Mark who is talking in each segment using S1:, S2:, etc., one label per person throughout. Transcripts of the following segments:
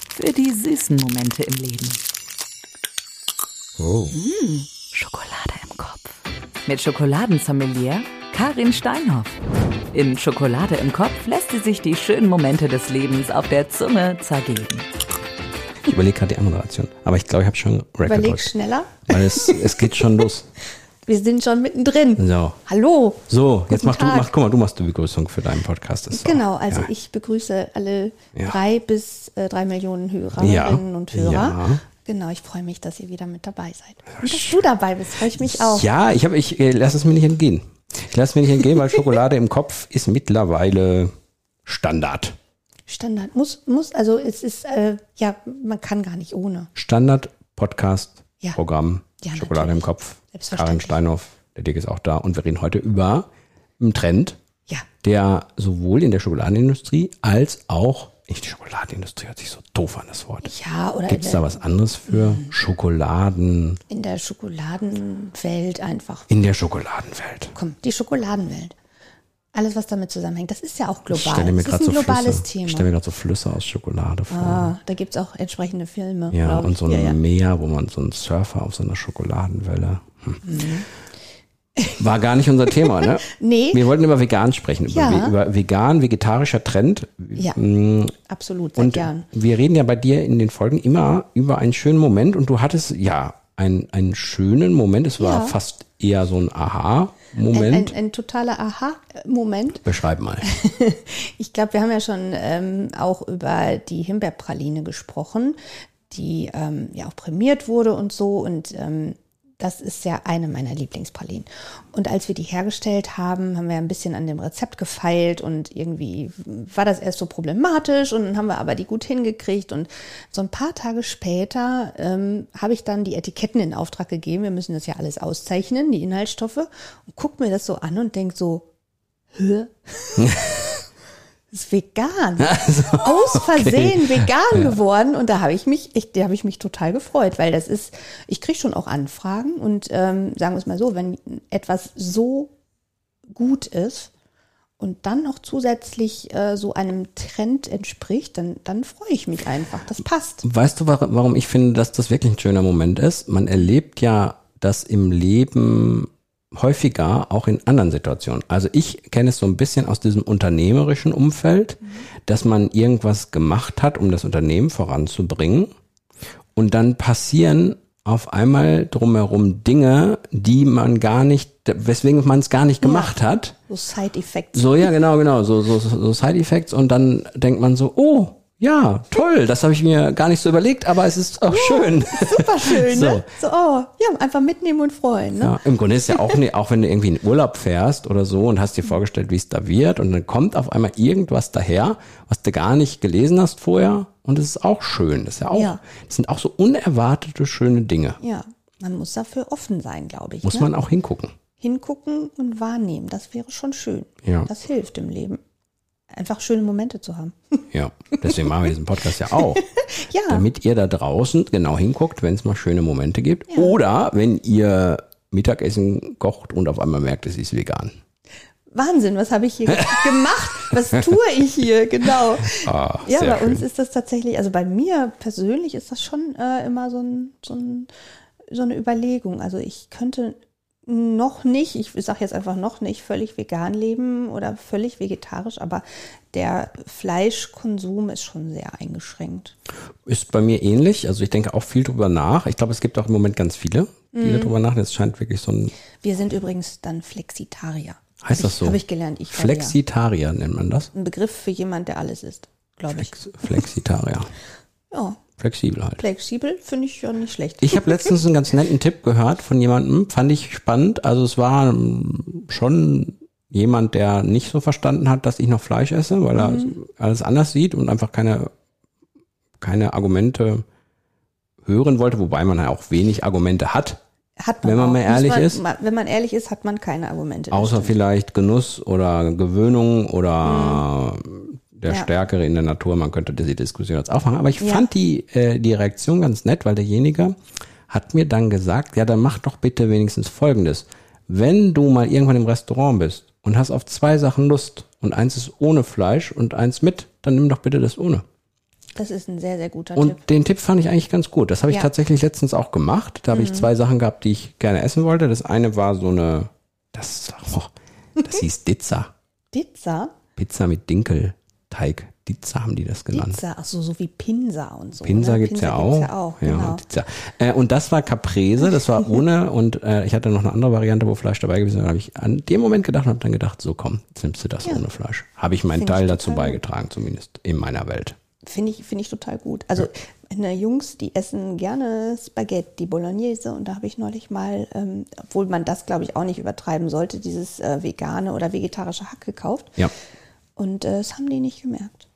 S1: Für die süßen Momente im Leben.
S2: Oh.
S1: Schokolade im Kopf. Mit Schokoladensommelier Karin Steinhoff. In Schokolade im Kopf lässt sie sich die schönen Momente des Lebens auf der Zunge zergeben.
S2: Ich überlege gerade die Anmoderation. Aber ich glaube, ich habe schon Rack
S3: Überleg
S2: gedrückt.
S3: schneller.
S2: Weil es, es geht schon los.
S3: Wir sind schon mittendrin.
S2: So.
S3: Hallo.
S2: So, jetzt
S3: Guten
S2: mach du,
S3: Tag.
S2: mach, guck mal, du machst die Begrüßung für deinen Podcast. Ist so.
S3: Genau, also
S2: ja.
S3: ich begrüße alle
S2: Ja.
S3: drei bis äh, drei Millionen Hörerinnen
S2: Ja.
S3: und Hörer.
S2: Ja.
S3: Genau, ich freue mich, dass ihr wieder mit dabei seid. Und dass du dabei bist, freue ich mich auch.
S2: Ja, ich, hab, ich äh, lasse es mir nicht entgehen. Ich lasse es mir nicht entgehen, weil Schokolade im Kopf ist mittlerweile Standard.
S3: Standard muss, muss, also es ist, äh, ja, man kann gar nicht ohne.
S2: Standard Podcast
S3: Ja.
S2: Programm
S3: Ja,
S2: Schokolade im
S3: natürlich.
S2: Kopf. Karin
S3: Selbstverständlich.
S2: Steinhoff, der Dick ist auch da und wir reden heute über einen Trend,
S3: Ja,
S2: der sowohl in der Schokoladenindustrie als auch nicht die Schokoladenindustrie hört sich so doof an das Wort.
S3: ja oder in
S2: Gibt es da
S3: der,
S2: was anderes für Schokoladen
S3: in der Schokoladenwelt einfach.
S2: in der Schokoladenwelt?
S3: Komm, die Schokoladenwelt. Alles, was damit zusammenhängt, das ist ja auch global.
S2: Ich stelle mir
S3: das ist
S2: gerade
S3: ein
S2: so
S3: globales
S2: Flüsse.
S3: Thema.
S2: Ich stelle mir gerade so Flüsse aus Schokolade vor.
S3: Ah, da gibt es auch entsprechende Filme.
S2: Ja,
S3: glaub ich.
S2: und so ein
S3: ja, ja.
S2: Meer, wo man so ein Surfer auf so einer Schokoladenwelle. Hm. War gar nicht unser Thema, ne?
S3: Mhm. Nee.
S2: Wir wollten über vegan sprechen, über,
S3: Ja.
S2: ve- über vegan, vegetarischer Trend.
S3: Ja, absolut, sehr
S2: Mm. Und
S3: gern.
S2: wir reden ja bei dir in den Folgen immer über einen schönen Moment und du hattest ja einen, einen schönen Moment. Es war
S3: Ja.
S2: fast eher so ein
S3: Ein, ein,
S2: Aha-Moment.
S3: ein totaler Aha-Moment.
S2: Beschreib mal.
S3: Ich glaube, wir haben ja schon ähm, auch über die Himbeerpraline gesprochen, die ähm, ja auch prämiert wurde und so. Und ähm, das ist ja eine meiner Lieblingspralinen. Und als wir die hergestellt haben, haben wir ein bisschen an dem Rezept gefeilt und irgendwie war das erst so problematisch und dann haben wir aber die gut hingekriegt. Und so ein paar Tage später ähm, habe ich dann die Etiketten in Auftrag gegeben. Wir müssen das ja alles auszeichnen, die Inhaltsstoffe. Und guck mir das so an und denk so, hä? ist vegan. Aus Versehen vegan geworden. Und da habe ich mich, ich, da habe ich mich total gefreut, weil das ist, ich kriege schon auch Anfragen und ähm, sagen wir es mal so, wenn etwas so gut ist und dann noch zusätzlich äh, so einem Trend entspricht, dann, dann freue ich mich einfach. Das passt.
S2: Weißt du, warum warum ich finde, dass das wirklich ein schöner Moment ist? Man erlebt ja das im Leben häufiger, auch in anderen Situationen. Also ich kenne es so ein bisschen aus diesem unternehmerischen Umfeld, dass man irgendwas gemacht hat, um das Unternehmen voranzubringen. Und dann passieren auf einmal drumherum Dinge, die man gar nicht, weswegen man es gar nicht gemacht hat.
S3: So Side-Effects.
S2: So, ja, genau, genau. So, so, so Side Effects und dann denkt man so, oh, ja, toll, das habe ich mir gar nicht so überlegt, aber es ist auch schön.
S3: Super schön, ne? So, oh, ja, einfach mitnehmen und freuen, ne?
S2: Ja, Im Grunde ist ja auch, ne, auch wenn du irgendwie in Urlaub fährst oder so und hast dir vorgestellt, wie es da wird und dann kommt auf einmal irgendwas daher, was du gar nicht gelesen hast vorher und es ist auch schön. Das ist ja auch,
S3: Ja.
S2: das sind auch so unerwartete schöne Dinge.
S3: Ja. man muss dafür offen sein, glaube ich.
S2: Muss
S3: ne?
S2: man auch hingucken.
S3: hingucken und wahrnehmen. Das wäre schon schön.
S2: Ja.
S3: Das hilft im Leben. Einfach schöne Momente zu haben.
S2: Ja, deswegen machen wir diesen Podcast ja auch.
S3: Ja.
S2: Damit ihr da draußen genau hinguckt, wenn es mal schöne Momente gibt. Oder wenn ihr Mittagessen kocht und auf einmal merkt, es ist vegan.
S3: Wahnsinn, was habe ich hier gemacht? Was tue ich hier? Genau.
S2: Ah,
S3: ja,
S2: sehr
S3: bei uns
S2: schön.
S3: ist das tatsächlich, also bei mir persönlich ist das schon äh, immer so, ein, so, ein, so eine Überlegung. Also ich könnte noch nicht, ich sage jetzt einfach noch nicht, völlig vegan leben oder völlig vegetarisch, aber der Fleischkonsum ist schon sehr eingeschränkt.
S2: Ist bei mir ähnlich. Also ich denke auch viel drüber nach. Ich glaube, es gibt auch im Moment ganz viele, die
S3: Mhm.
S2: da drüber nachdenken. Es scheint wirklich so ein,
S3: Wir sind übrigens dann Flexitarier.
S2: heißt
S3: Hab
S2: das
S3: ich-
S2: so?
S3: Habe ich gelernt. Ich glaube, ja.
S2: Flexitarier nennt man das.
S3: Ein Begriff für jemand, der alles isst, glaube ich.
S2: Flex, Flexitarier.
S3: Ja,
S2: Flexibel halt.
S3: flexibel finde ich ja nicht schlecht.
S2: Ich habe letztens einen ganz netten Tipp gehört von jemandem, fand ich spannend. Also es war ähm, schon jemand, der nicht so verstanden hat, dass ich noch Fleisch esse, weil er alles anders sieht und einfach keine, keine Argumente hören wollte, wobei man ja auch wenig Argumente hat,
S3: Hat man
S2: Wenn man
S3: auch.
S2: mal
S3: Muss
S2: ehrlich
S3: man,
S2: ist.
S3: ma- Wenn man ehrlich ist, hat man keine Argumente. das
S2: außer
S3: stimmt.
S2: vielleicht Genuss oder Gewöhnung oder der
S3: Ja.
S2: Stärkere in der Natur. Man könnte diese Diskussion jetzt aufmachen. Aber ich fand die, äh, die Reaktion ganz nett, weil derjenige hat mir dann gesagt, ja, dann mach doch bitte wenigstens Folgendes. Wenn du mal irgendwann im Restaurant bist und hast auf zwei Sachen Lust und eins ist ohne Fleisch und eins mit, dann nimm doch bitte das ohne.
S3: Das ist ein sehr, sehr guter
S2: Und
S3: Tipp.
S2: den Tipp fand ich eigentlich ganz gut. Das habe ich
S3: Ja. Mhm.
S2: tatsächlich letztens auch gemacht. Da habe ich zwei Sachen gehabt, die ich gerne essen wollte. Das eine war so eine, das, oh, das hieß Ditza.
S3: Pizza?
S2: Pizza mit Dinkelteig. Ditza haben die das genannt.
S3: Pizza, ach so, so wie Pinsa und so.
S2: Pinsa
S3: ne?
S2: gibt's ja auch.
S3: gibt's ja auch,
S2: Ja,
S3: genau.
S2: Pizza. Äh, und das war Caprese, das war ohne und äh, ich hatte noch eine andere Variante, wo Fleisch dabei gewesen war. Da habe ich an dem Moment gedacht und habe dann gedacht, so komm, jetzt nimmst du das ohne Fleisch. Habe ich meinen
S3: Finde ich
S2: Teil dazu
S3: total gut.
S2: beigetragen, zumindest in meiner Welt.
S3: Finde ich, finde ich total gut. Also meine Jungs, die essen gerne Spaghetti, die Bolognese. Und da habe ich neulich mal, ähm, obwohl man das, glaube ich, auch nicht übertreiben sollte, dieses äh, vegane oder vegetarische Hack gekauft.
S2: Ja.
S3: Und äh, das haben die nicht gemerkt.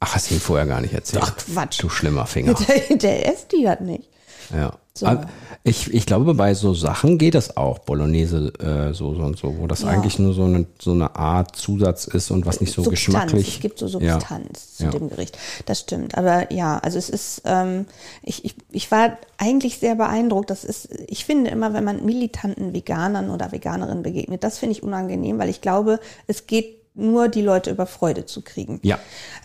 S2: Ach, hast du ihm vorher gar nicht erzählt.
S3: Ach, Quatsch.
S2: Du schlimmer Finger.
S3: Der, der isst die das nicht.
S2: Ja.
S3: So.
S2: Aber Ich, ich glaube, bei so Sachen geht das auch, Bolognese, äh, so und so, wo das
S3: Ja.
S2: eigentlich nur so eine, so eine Art Zusatz ist und was nicht so geschmacklich.
S3: Es gibt so
S2: Ja.
S3: Substanz zu
S2: Ja.
S3: dem Gericht. Das stimmt. Aber ja, also es ist, ähm, ich, ich, ich war eigentlich sehr beeindruckt. Das ist, ich finde immer, wenn man militanten Veganern oder Veganerinnen begegnet, das finde ich unangenehm, weil ich glaube, es geht nur die Leute über Freude zu kriegen.
S2: Ja.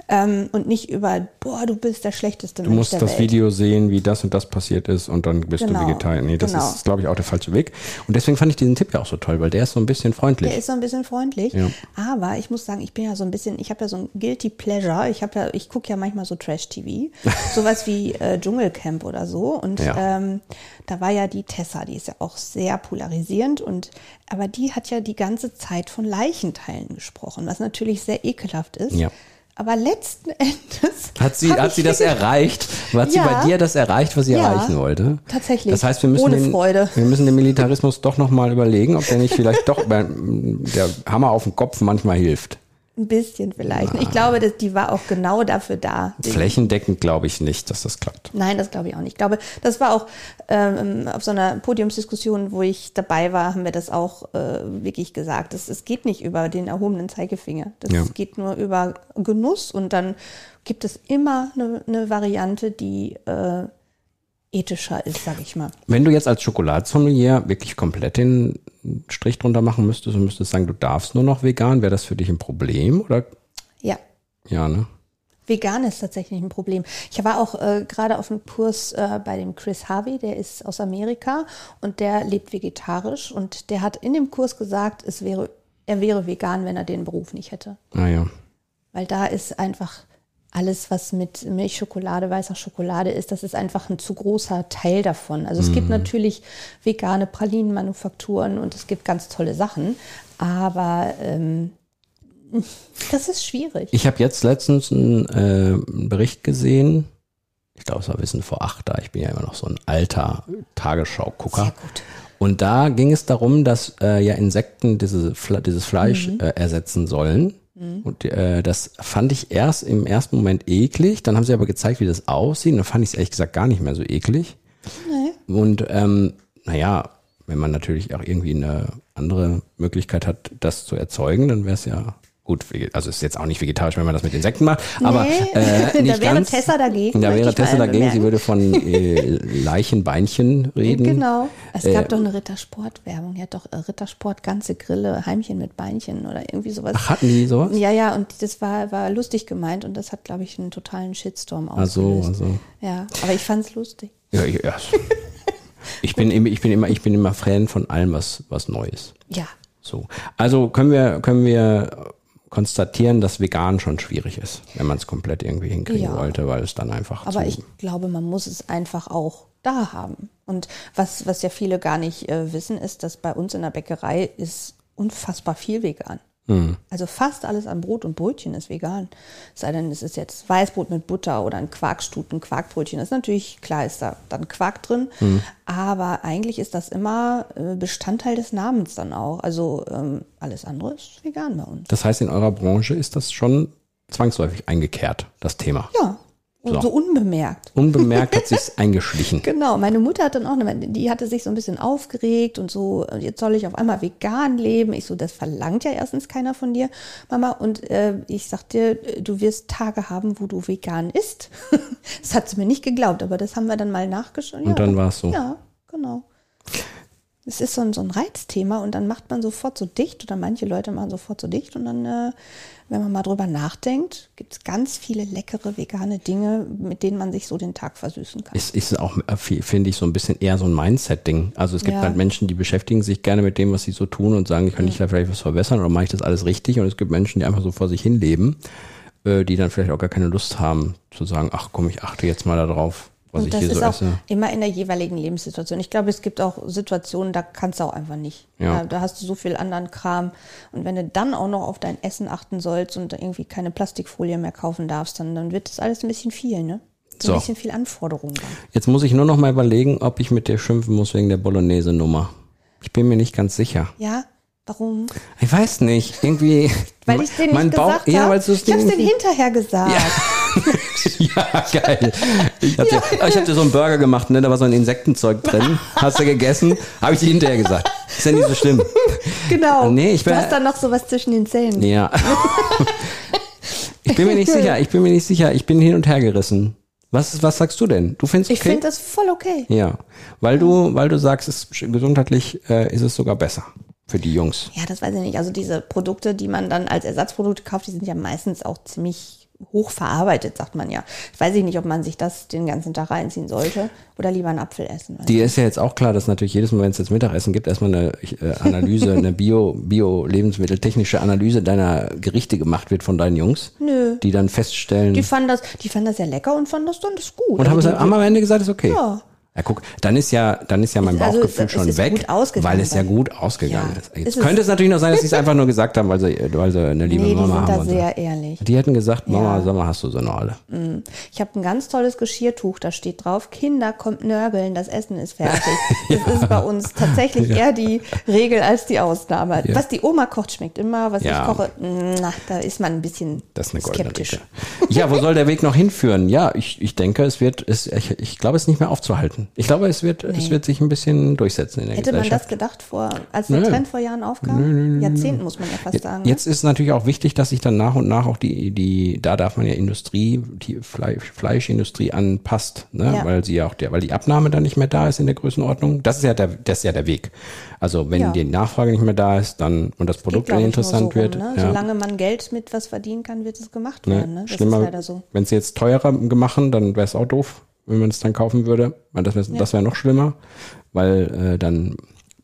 S3: Ähm, und nicht über, boah, du bist der schlechteste
S2: Du
S3: Mensch
S2: musst
S3: der
S2: das
S3: Welt.
S2: Video sehen, wie das und das passiert ist und dann bist du
S3: Genau,
S2: Vegetarier. Nee, das
S3: genau.
S2: ist, glaube ich, auch der falsche Weg. Und deswegen fand ich diesen Tipp ja auch so toll, weil der ist so ein bisschen freundlich.
S3: Der ist so ein bisschen freundlich,
S2: Ja.
S3: aber ich muss sagen, ich bin ja so ein bisschen, ich habe ja so ein guilty pleasure. Ich habe ja, ich gucke ja manchmal so Trash-TV, sowas wie äh, Dschungelcamp oder so. Und
S2: Ja.
S3: ähm, da war ja die Tessa, die ist ja auch sehr polarisierend und aber die hat ja die ganze Zeit von Leichenteilen gesprochen, was natürlich sehr ekelhaft ist.
S2: Ja.
S3: Aber letzten Endes
S2: hat sie,
S3: hab
S2: hat
S3: ich
S2: sie das
S3: mir
S2: erreicht? Hat sie
S3: Ja.
S2: bei dir das erreicht, was sie
S3: Ja,
S2: erreichen wollte?
S3: tatsächlich.
S2: Das heißt, wir müssen,
S3: Ohne
S2: den,
S3: Freude.
S2: wir müssen den Militarismus doch nochmal überlegen, ob der nicht vielleicht doch beim, der Hammer auf den Kopf manchmal hilft.
S3: Ein bisschen vielleicht.
S2: Ah.
S3: Ich glaube, dass die war auch genau dafür da. den
S2: Flächendeckend glaube ich nicht, dass das klappt.
S3: Nein, das glaube ich auch nicht. Ich glaube, das war auch ähm, auf so einer Podiumsdiskussion, wo ich dabei war, haben wir das auch äh, wirklich gesagt. Es, es geht nicht über den erhobenen Zeigefinger. Das
S2: Ja.
S3: geht nur über Genuss und dann gibt es immer eine, eine Variante, die äh, ethischer ist, sag ich mal.
S2: Wenn du jetzt als Schokoladensommelier wirklich komplett den Strich drunter machen müsstest und müsstest sagen, du darfst nur noch vegan, wäre das für dich ein Problem oder?
S3: Ja.
S2: Ja, ne?
S3: Vegan ist tatsächlich ein Problem. Ich war auch äh, gerade auf einem Kurs äh, bei dem Chris Harvey, der ist aus Amerika und der lebt vegetarisch und der hat in dem Kurs gesagt, es wäre, er wäre vegan, wenn er den Beruf nicht hätte.
S2: Naja.
S3: Weil da ist einfach alles, was mit Milchschokolade, weißer Schokolade ist, das ist einfach ein zu großer Teil davon. Also es gibt natürlich vegane Pralinenmanufakturen und es gibt ganz tolle Sachen, aber ähm, das ist schwierig.
S2: Ich habe jetzt letztens einen, äh, einen Bericht gesehen. Ich glaube, es war Wissen vor acht da. Ich bin ja immer noch so ein alter Tagesschau-Gucker.
S3: gut.
S2: Und da ging es darum, dass äh, ja Insekten diese, Fle- dieses Fleisch
S3: Mhm.
S2: äh, ersetzen sollen. Und äh, das fand ich erst im ersten Moment eklig. Dann haben sie aber gezeigt, wie das aussieht. Und dann fand ich es ehrlich gesagt gar nicht mehr so eklig. Und ähm, naja, wenn man natürlich auch irgendwie eine andere Möglichkeit hat, das zu erzeugen, dann wäre es ja gut. vege- Also ist jetzt auch nicht vegetarisch, wenn man das mit Insekten macht. Aber äh,
S3: da
S2: nicht
S3: wäre
S2: ganz.
S3: Tessa dagegen,
S2: Da
S3: möchte
S2: wäre
S3: ich mal
S2: Tessa dagegen. Sie
S3: bemerken.
S2: würde von äh, Leichenbeinchen reden. Äh,
S3: Genau. Es gab doch eine Rittersport-Werbung. Ja, doch äh, Rittersport, ganze Grille, Heimchen mit Beinchen oder irgendwie sowas.
S2: Ach, hatten die sowas?
S3: Ja, ja, und das war, war lustig gemeint und das hat, glaube ich, einen totalen Shitstorm
S2: so,
S3: ausgelöst.
S2: also.
S3: Ja, aber ich fand's lustig.
S2: Ja, ja. ja. Ich bin, immer, ich bin immer, ich bin immer Fan von allem, was, was neu ist.
S3: Ja,
S2: So. Also können wir, können wir konstatieren, dass vegan schon schwierig ist, wenn man es komplett irgendwie hinkriegen
S3: Ja.
S2: wollte, weil es dann einfach
S3: aber
S2: zu,
S3: ich glaube, man muss es einfach auch da haben. Und was, was ja viele gar nicht äh, wissen, ist, dass bei uns in der Bäckerei ist unfassbar viel vegan. Also fast alles an Brot und Brötchen ist vegan. Es Sei denn, es ist jetzt Weißbrot mit Butter oder ein Quarkstuten, Quarkbrötchen. Das ist natürlich, klar ist da dann Quark drin. Aber eigentlich ist das immer äh, Bestandteil des Namens dann auch. Also ähm, alles andere ist vegan bei uns.
S2: Das heißt, in eurer Branche ist das schon zwangsläufig eingekehrt, das Thema.
S3: Ja, und
S2: So.
S3: so unbemerkt.
S2: Unbemerkt hat sich's eingeschlichen.
S3: Genau, meine Mutter hat dann auch, eine- die hatte sich so ein bisschen aufgeregt und so, jetzt soll ich auf einmal vegan leben. Ich so, das verlangt ja erstens keiner von dir, Mama. Und äh, ich sagte, du wirst Tage haben, wo du vegan isst. das hat sie mir nicht geglaubt, aber das haben wir dann mal nachgeschaut.
S2: Und dann war's so.
S3: Ja, genau. Es ist so ein, so ein Reizthema und dann macht man sofort so dicht oder manche Leute machen sofort so dicht und dann, äh, wenn man mal drüber nachdenkt, gibt es ganz viele leckere vegane Dinge, mit denen man sich so den Tag versüßen kann.
S2: Ist, ist auch, äh, viel- finde ich, so ein bisschen eher so ein Mindset-Ding. Also es gibt
S3: Ja.
S2: halt Menschen, die beschäftigen sich gerne mit dem, was sie so tun und sagen, kann ich da vielleicht was verbessern oder mache ich das alles richtig? Und es gibt Menschen, die einfach so vor sich hin leben, äh, die dann vielleicht auch gar keine Lust haben zu sagen, ach komm, ich achte jetzt mal darauf, was
S3: und
S2: ich
S3: das
S2: hier
S3: ist
S2: so
S3: auch
S2: esse.
S3: immer in der jeweiligen Lebenssituation. Ich glaube, es gibt auch Situationen, da kannst du auch einfach nicht.
S2: Ja.
S3: Da, da hast du so viel anderen Kram. Und wenn du dann auch noch auf dein Essen achten sollst und irgendwie keine Plastikfolie mehr kaufen darfst, dann, dann wird das alles ein bisschen viel, ne?
S2: So.
S3: Ein bisschen viel Anforderungen. dann.
S2: Jetzt muss ich nur noch mal überlegen, ob ich mit dir schimpfen muss wegen der Bolognese-Nummer. Ich bin mir nicht ganz sicher.
S3: Ja, warum?
S2: Ich weiß nicht, irgendwie.
S3: Weil ich den
S2: mein
S3: nicht
S2: Bauch-
S3: gesagt
S2: Ja,
S3: habe.
S2: weil du es
S3: Ich habe
S2: nicht-
S3: den hinterher gesagt.
S2: Ja, geil. Ich hab, dir, ich hab dir so einen Burger gemacht, ne? da war so ein Insektenzeug drin. Hast du gegessen? Habe ich dir hinterher gesagt. Ist ja nicht so schlimm.
S3: Genau.
S2: Nee, ich
S3: du
S2: wär-
S3: hast dann noch sowas zwischen den Zähnen.
S2: Ja. Ich bin mir nicht sicher, ich bin mir nicht sicher. Ich bin hin und her gerissen. Was, was sagst du denn? Du findest okay?
S3: Ich finde das voll okay.
S2: ja, weil du, weil du sagst, es ist gesundheitlich äh, ist es sogar besser für die Jungs.
S3: Ja, das weiß ich nicht. Also diese Produkte, die man dann als Ersatzprodukte kauft, die sind ja meistens auch ziemlich hoch verarbeitet, sagt man ja. Ich weiß ich nicht, ob man sich das den ganzen Tag reinziehen sollte oder lieber einen Apfel essen.
S2: Dir ist ja jetzt auch klar, dass natürlich jedes Mal, wenn es jetzt Mittagessen gibt, erstmal eine äh, Analyse, eine Bio, Bio-Lebensmitteltechnische Analyse deiner Gerichte gemacht wird von deinen Jungs.
S3: Nö.
S2: Die dann feststellen.
S3: Die fanden das, die fanden das ja lecker und fanden das dann das gut.
S2: Und haben, es,
S3: Also
S2: haben am Ende gesagt, ist okay.
S3: Ja.
S2: Ja, guck, dann ist ja, dann ist ja mein
S3: Also,
S2: Bauchgefühl
S3: es- es
S2: schon
S3: ist
S2: weg,
S3: gut ausgegangen
S2: weil es ja
S3: bei-
S2: gut ausgegangen
S3: Ja,
S2: ist. Jetzt
S3: ist es-
S2: könnte es natürlich noch sein, dass sie es einfach nur gesagt haben, weil sie, äh, weil sie eine
S3: die,
S2: liebe
S3: nee, die
S2: Mama
S3: sind
S2: haben. also.
S3: da
S2: Und so.
S3: sehr ehrlich.
S2: Die hätten gesagt, Mama,
S3: Ja.
S2: sag mal, hast du sie noch alle?
S3: Ich habe ein ganz tolles Geschirrtuch, da steht drauf, Kinder kommt nörgeln, das Essen ist fertig. Das ist bei uns tatsächlich eher die Regel als die Ausnahme.
S2: Ja.
S3: Was die Oma kocht, schmeckt immer, was
S2: Ja.
S3: ich koche, na, da ist man ein bisschen
S2: Das ist eine goldene
S3: skeptisch.
S2: Regel. Ja, wo soll der Weg noch hinführen? Ja, ich, ich denke, es wird, es, ich, ich glaube, es ist nicht mehr aufzuhalten. Ich glaube, es wird, es wird sich ein bisschen durchsetzen in der
S3: Hätte man
S2: Gesellschaft.
S3: das gedacht, vor, als der
S2: Nö.
S3: Trend vor Jahren aufkam? Jahrzehnten muss man ja fast sagen. ne?
S2: Jetzt ist natürlich auch wichtig, dass sich dann nach und nach auch die, die, da darf man ja Industrie, die Fleisch, Fleischindustrie anpasst, ne?
S3: Ja.
S2: weil sie ja auch der, weil die Abnahme dann nicht mehr da ist in der Größenordnung. Das ist ja der, das ist ja der Weg. Also wenn
S3: Ja.
S2: die Nachfrage nicht mehr da ist, dann und das Produkt
S3: glaub
S2: dann
S3: ich, nur so
S2: interessant
S3: rum,
S2: wird.
S3: Ne?
S2: ja.
S3: Solange man Geld mit was verdienen kann, wird es gemacht
S2: Ne?
S3: werden. Ne? Das ist
S2: Schlimmer,
S3: leider so.
S2: wenn sie jetzt teurer machen, dann wäre es auch doof, wenn man es dann kaufen würde. Weil das wäre das wär noch schlimmer, weil äh, dann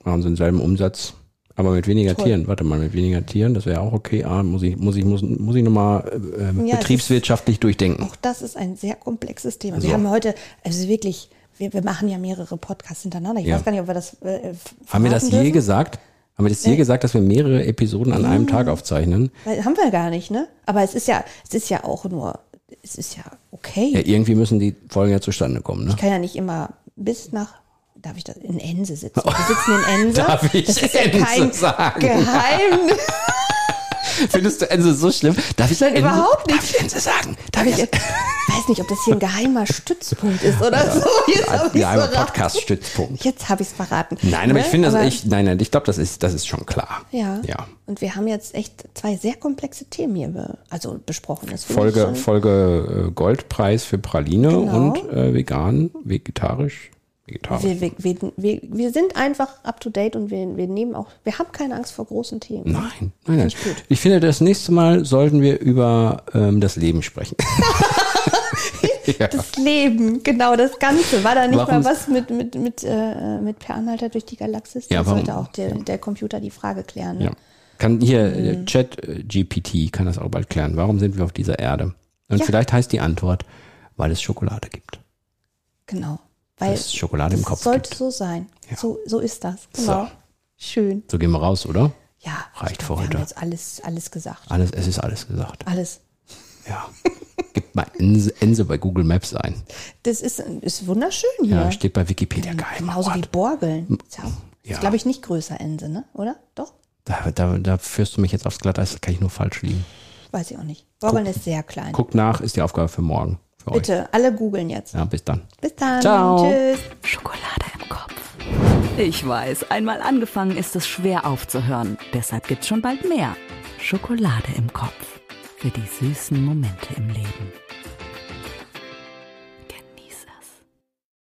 S2: machen sie denselben Umsatz. Aber mit weniger
S3: Toll.
S2: Tieren, warte mal, mit weniger Tieren, das wäre auch okay. Ah, muss ich, muss ich, muss, muss ich nochmal äh,
S3: Ja, es
S2: betriebswirtschaftlich durchdenken.
S3: Auch das ist ein sehr komplexes Thema.
S2: So.
S3: Wir haben heute, also wirklich, wir, wir machen ja mehrere Podcasts hintereinander. Ich
S2: Ja.
S3: weiß gar nicht, ob wir das. Äh, f-
S2: Haben wir das
S3: verraten
S2: je
S3: dürfen?
S2: gesagt? Haben wir das je gesagt, dass wir mehrere Episoden an einem Tag aufzeichnen?
S3: Weil, haben wir gar nicht, ne? Aber es ist ja, es ist ja auch nur, es ist ja okay.
S2: Ja, irgendwie müssen die Folgen ja zustande kommen, ne?
S3: Ich kann ja nicht immer bis nach, darf ich das, in Ense sitzen. Wir sitzen in Ense.
S2: Darf ich
S3: das ist ja
S2: Ense
S3: kein
S2: sagen?
S3: Geheim.
S2: Findest du Ense so schlimm? Darf ich das Ense-
S3: überhaupt nicht.
S2: Darf ich Ense sagen? Darf
S3: Ich
S2: ich
S3: weiß nicht, ob das hier ein geheimer Stützpunkt ist oder so. Jetzt habe ich
S2: Ja, ein
S3: es verraten.
S2: Podcast-Stützpunkt.
S3: Jetzt habe ich es verraten.
S2: Nein, aber
S3: Ne?
S2: ich finde das
S3: Aber-
S2: echt, nein, nein, ich glaube, das ist, das ist schon klar.
S3: Ja.
S2: Ja.
S3: Und wir haben jetzt echt zwei sehr komplexe Themen hier be also besprochen. Das finde
S2: Folge,
S3: ich schon-
S2: Folge äh, Goldpreis für Praline
S3: Genau.
S2: und äh, vegan, vegetarisch, vegetarisch.
S3: wir, wir, wir, wir, wir sind einfach up to date und wir, wir nehmen auch, wir haben keine Angst vor großen Themen.
S2: Nein, nein, nein. Ich finde, das nächste Mal sollten wir über ähm, das Leben sprechen. ja.
S3: Das Leben, genau, das Ganze. War da nicht
S2: Warum-
S3: mal was mit, mit, mit, äh, mit Per Anhalter durch die Galaxis?
S2: Ja,
S3: da
S2: warum-
S3: sollte auch der, der Computer die Frage klären. Ne?
S2: ja. Kann hier
S3: Mhm.
S2: äh, Chat äh, GPT kann das auch bald klären. Warum sind wir auf dieser Erde? Und
S3: Ja.
S2: vielleicht heißt die Antwort, weil es Schokolade gibt.
S3: Genau. Weil
S2: Weil es Schokolade im
S3: das
S2: Kopf
S3: sollte
S2: gibt.
S3: so sein.
S2: Ja.
S3: So, so ist das. Genau.
S2: So.
S3: Schön.
S2: So gehen wir raus, oder?
S3: Ja,
S2: Reicht
S3: ich glaub,
S2: für
S3: wir
S2: heute.
S3: Haben jetzt alles, alles gesagt.
S2: Alles, es ist alles gesagt.
S3: Alles.
S2: Ja. Gib mal Ense, Ense bei Google Maps ein.
S3: Das ist, ist wunderschön hier.
S2: Ja, steht bei Wikipedia
S3: Mhm.
S2: geheim.
S3: Genauso wie Borgeln. Ist ja, auch-
S2: Ja.
S3: ist, glaube ich, nicht größer Ense, ne? oder? Doch?
S2: Da, da, da führst du mich jetzt aufs Glatteis, da kann ich nur falsch liegen.
S3: Weiß ich auch nicht. Borgeln ist sehr klein.
S2: Guckt nach, ist die Aufgabe für morgen. Für euch.
S3: Bitte, alle googeln jetzt.
S2: Ja, bis dann.
S3: Bis dann.
S2: Ciao.
S3: Tschüss.
S1: Schokolade im Kopf. Ich weiß, einmal angefangen ist es schwer aufzuhören. Deshalb gibt's schon bald mehr. Schokolade im Kopf. Für die süßen Momente im Leben.